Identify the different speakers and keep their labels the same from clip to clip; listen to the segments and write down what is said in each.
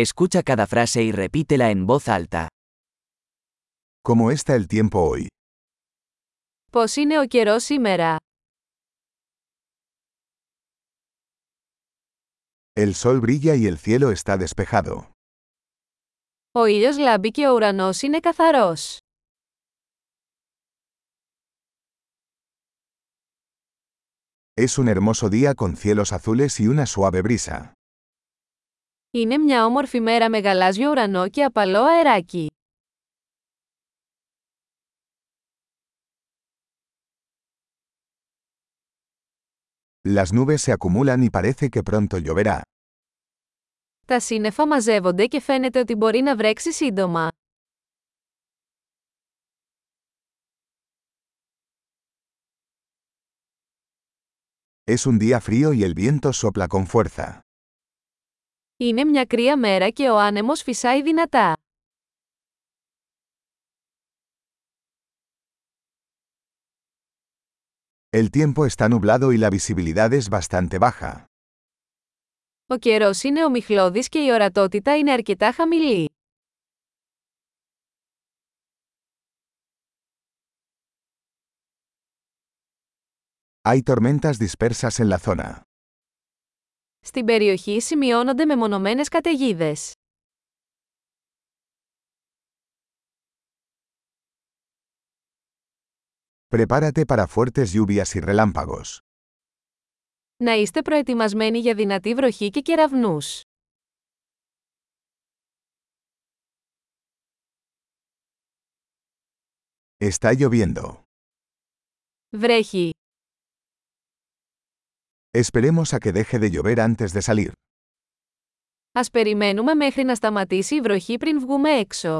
Speaker 1: Escucha cada frase y repítela en voz alta.
Speaker 2: ¿Cómo está el tiempo hoy?
Speaker 3: Πώς είναι ο καιρός σήμερα.
Speaker 2: El sol brilla y el cielo está despejado.
Speaker 3: Ο ήλιος λάμπει και ο ουρανός είναι καθαρός.
Speaker 2: Es un hermoso día con cielos azules y una suave brisa.
Speaker 3: Είναι μια όμορφη μέρα με γαλάζιο ουρανό και απαλό αεράκι.
Speaker 2: Las nubes se acumulan y parece que pronto lloverá.
Speaker 3: Τα σύννεφα μαζεύονται και φαίνεται ότι μπορεί να βρέξει σύντομα.
Speaker 2: Es un día frío y el viento sopla con fuerza.
Speaker 3: Είναι μια κρύα μέρα και ο άνεμος φυσάει δυνατά.
Speaker 2: El tiempo está nublado y la visibilidad es bastante baja.
Speaker 3: Ο καιρός είναι ομιχλώδης και η ορατότητα είναι αρκετά χαμηλή.
Speaker 2: Hay tormentas dispersas en la zona.
Speaker 3: Στην περιοχή σημειώνονται μεμονωμένες καταιγίδες.
Speaker 2: Prepárate para fuertes lluvias y relámpagos.
Speaker 3: Να είστε προετοιμασμένοι για δυνατή βροχή και κεραυνούς.
Speaker 2: Está lloviendo.
Speaker 3: Βρέχει.
Speaker 2: Esperemos a que deje de llover antes de salir.
Speaker 3: Ας περιμένουμε μέχρι να σταματήσει η βροχή πριν βγούμε έξω.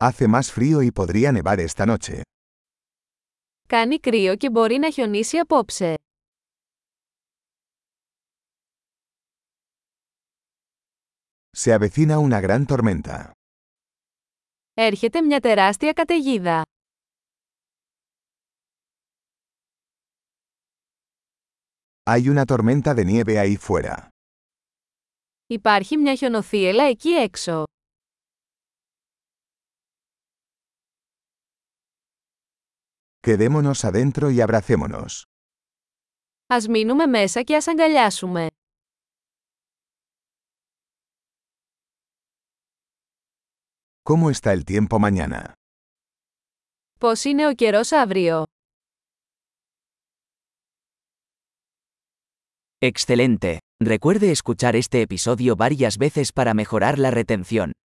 Speaker 2: Hace más frío y podría nevar esta noche.
Speaker 3: Κάνει κρύο και μπορεί να χιονίσει απόψε.
Speaker 2: Se avecina una gran tormenta.
Speaker 3: Έρχεται μια τεράστια καταιγίδα.
Speaker 2: Hay una tormenta de nieve ahí fuera.
Speaker 3: Υπάρχει μια χιονοθύελα εκεί έξω.
Speaker 2: Quedémonos adentro y abracémonos.
Speaker 3: Ας μείνουμε μέσα και ας αγκαλιάσουμε.
Speaker 2: ¿Cómo está el tiempo mañana?
Speaker 3: Πώς είναι ο καιρός αύριο.
Speaker 1: Excelente. Recuerde escuchar este episodio varias veces para mejorar la retención.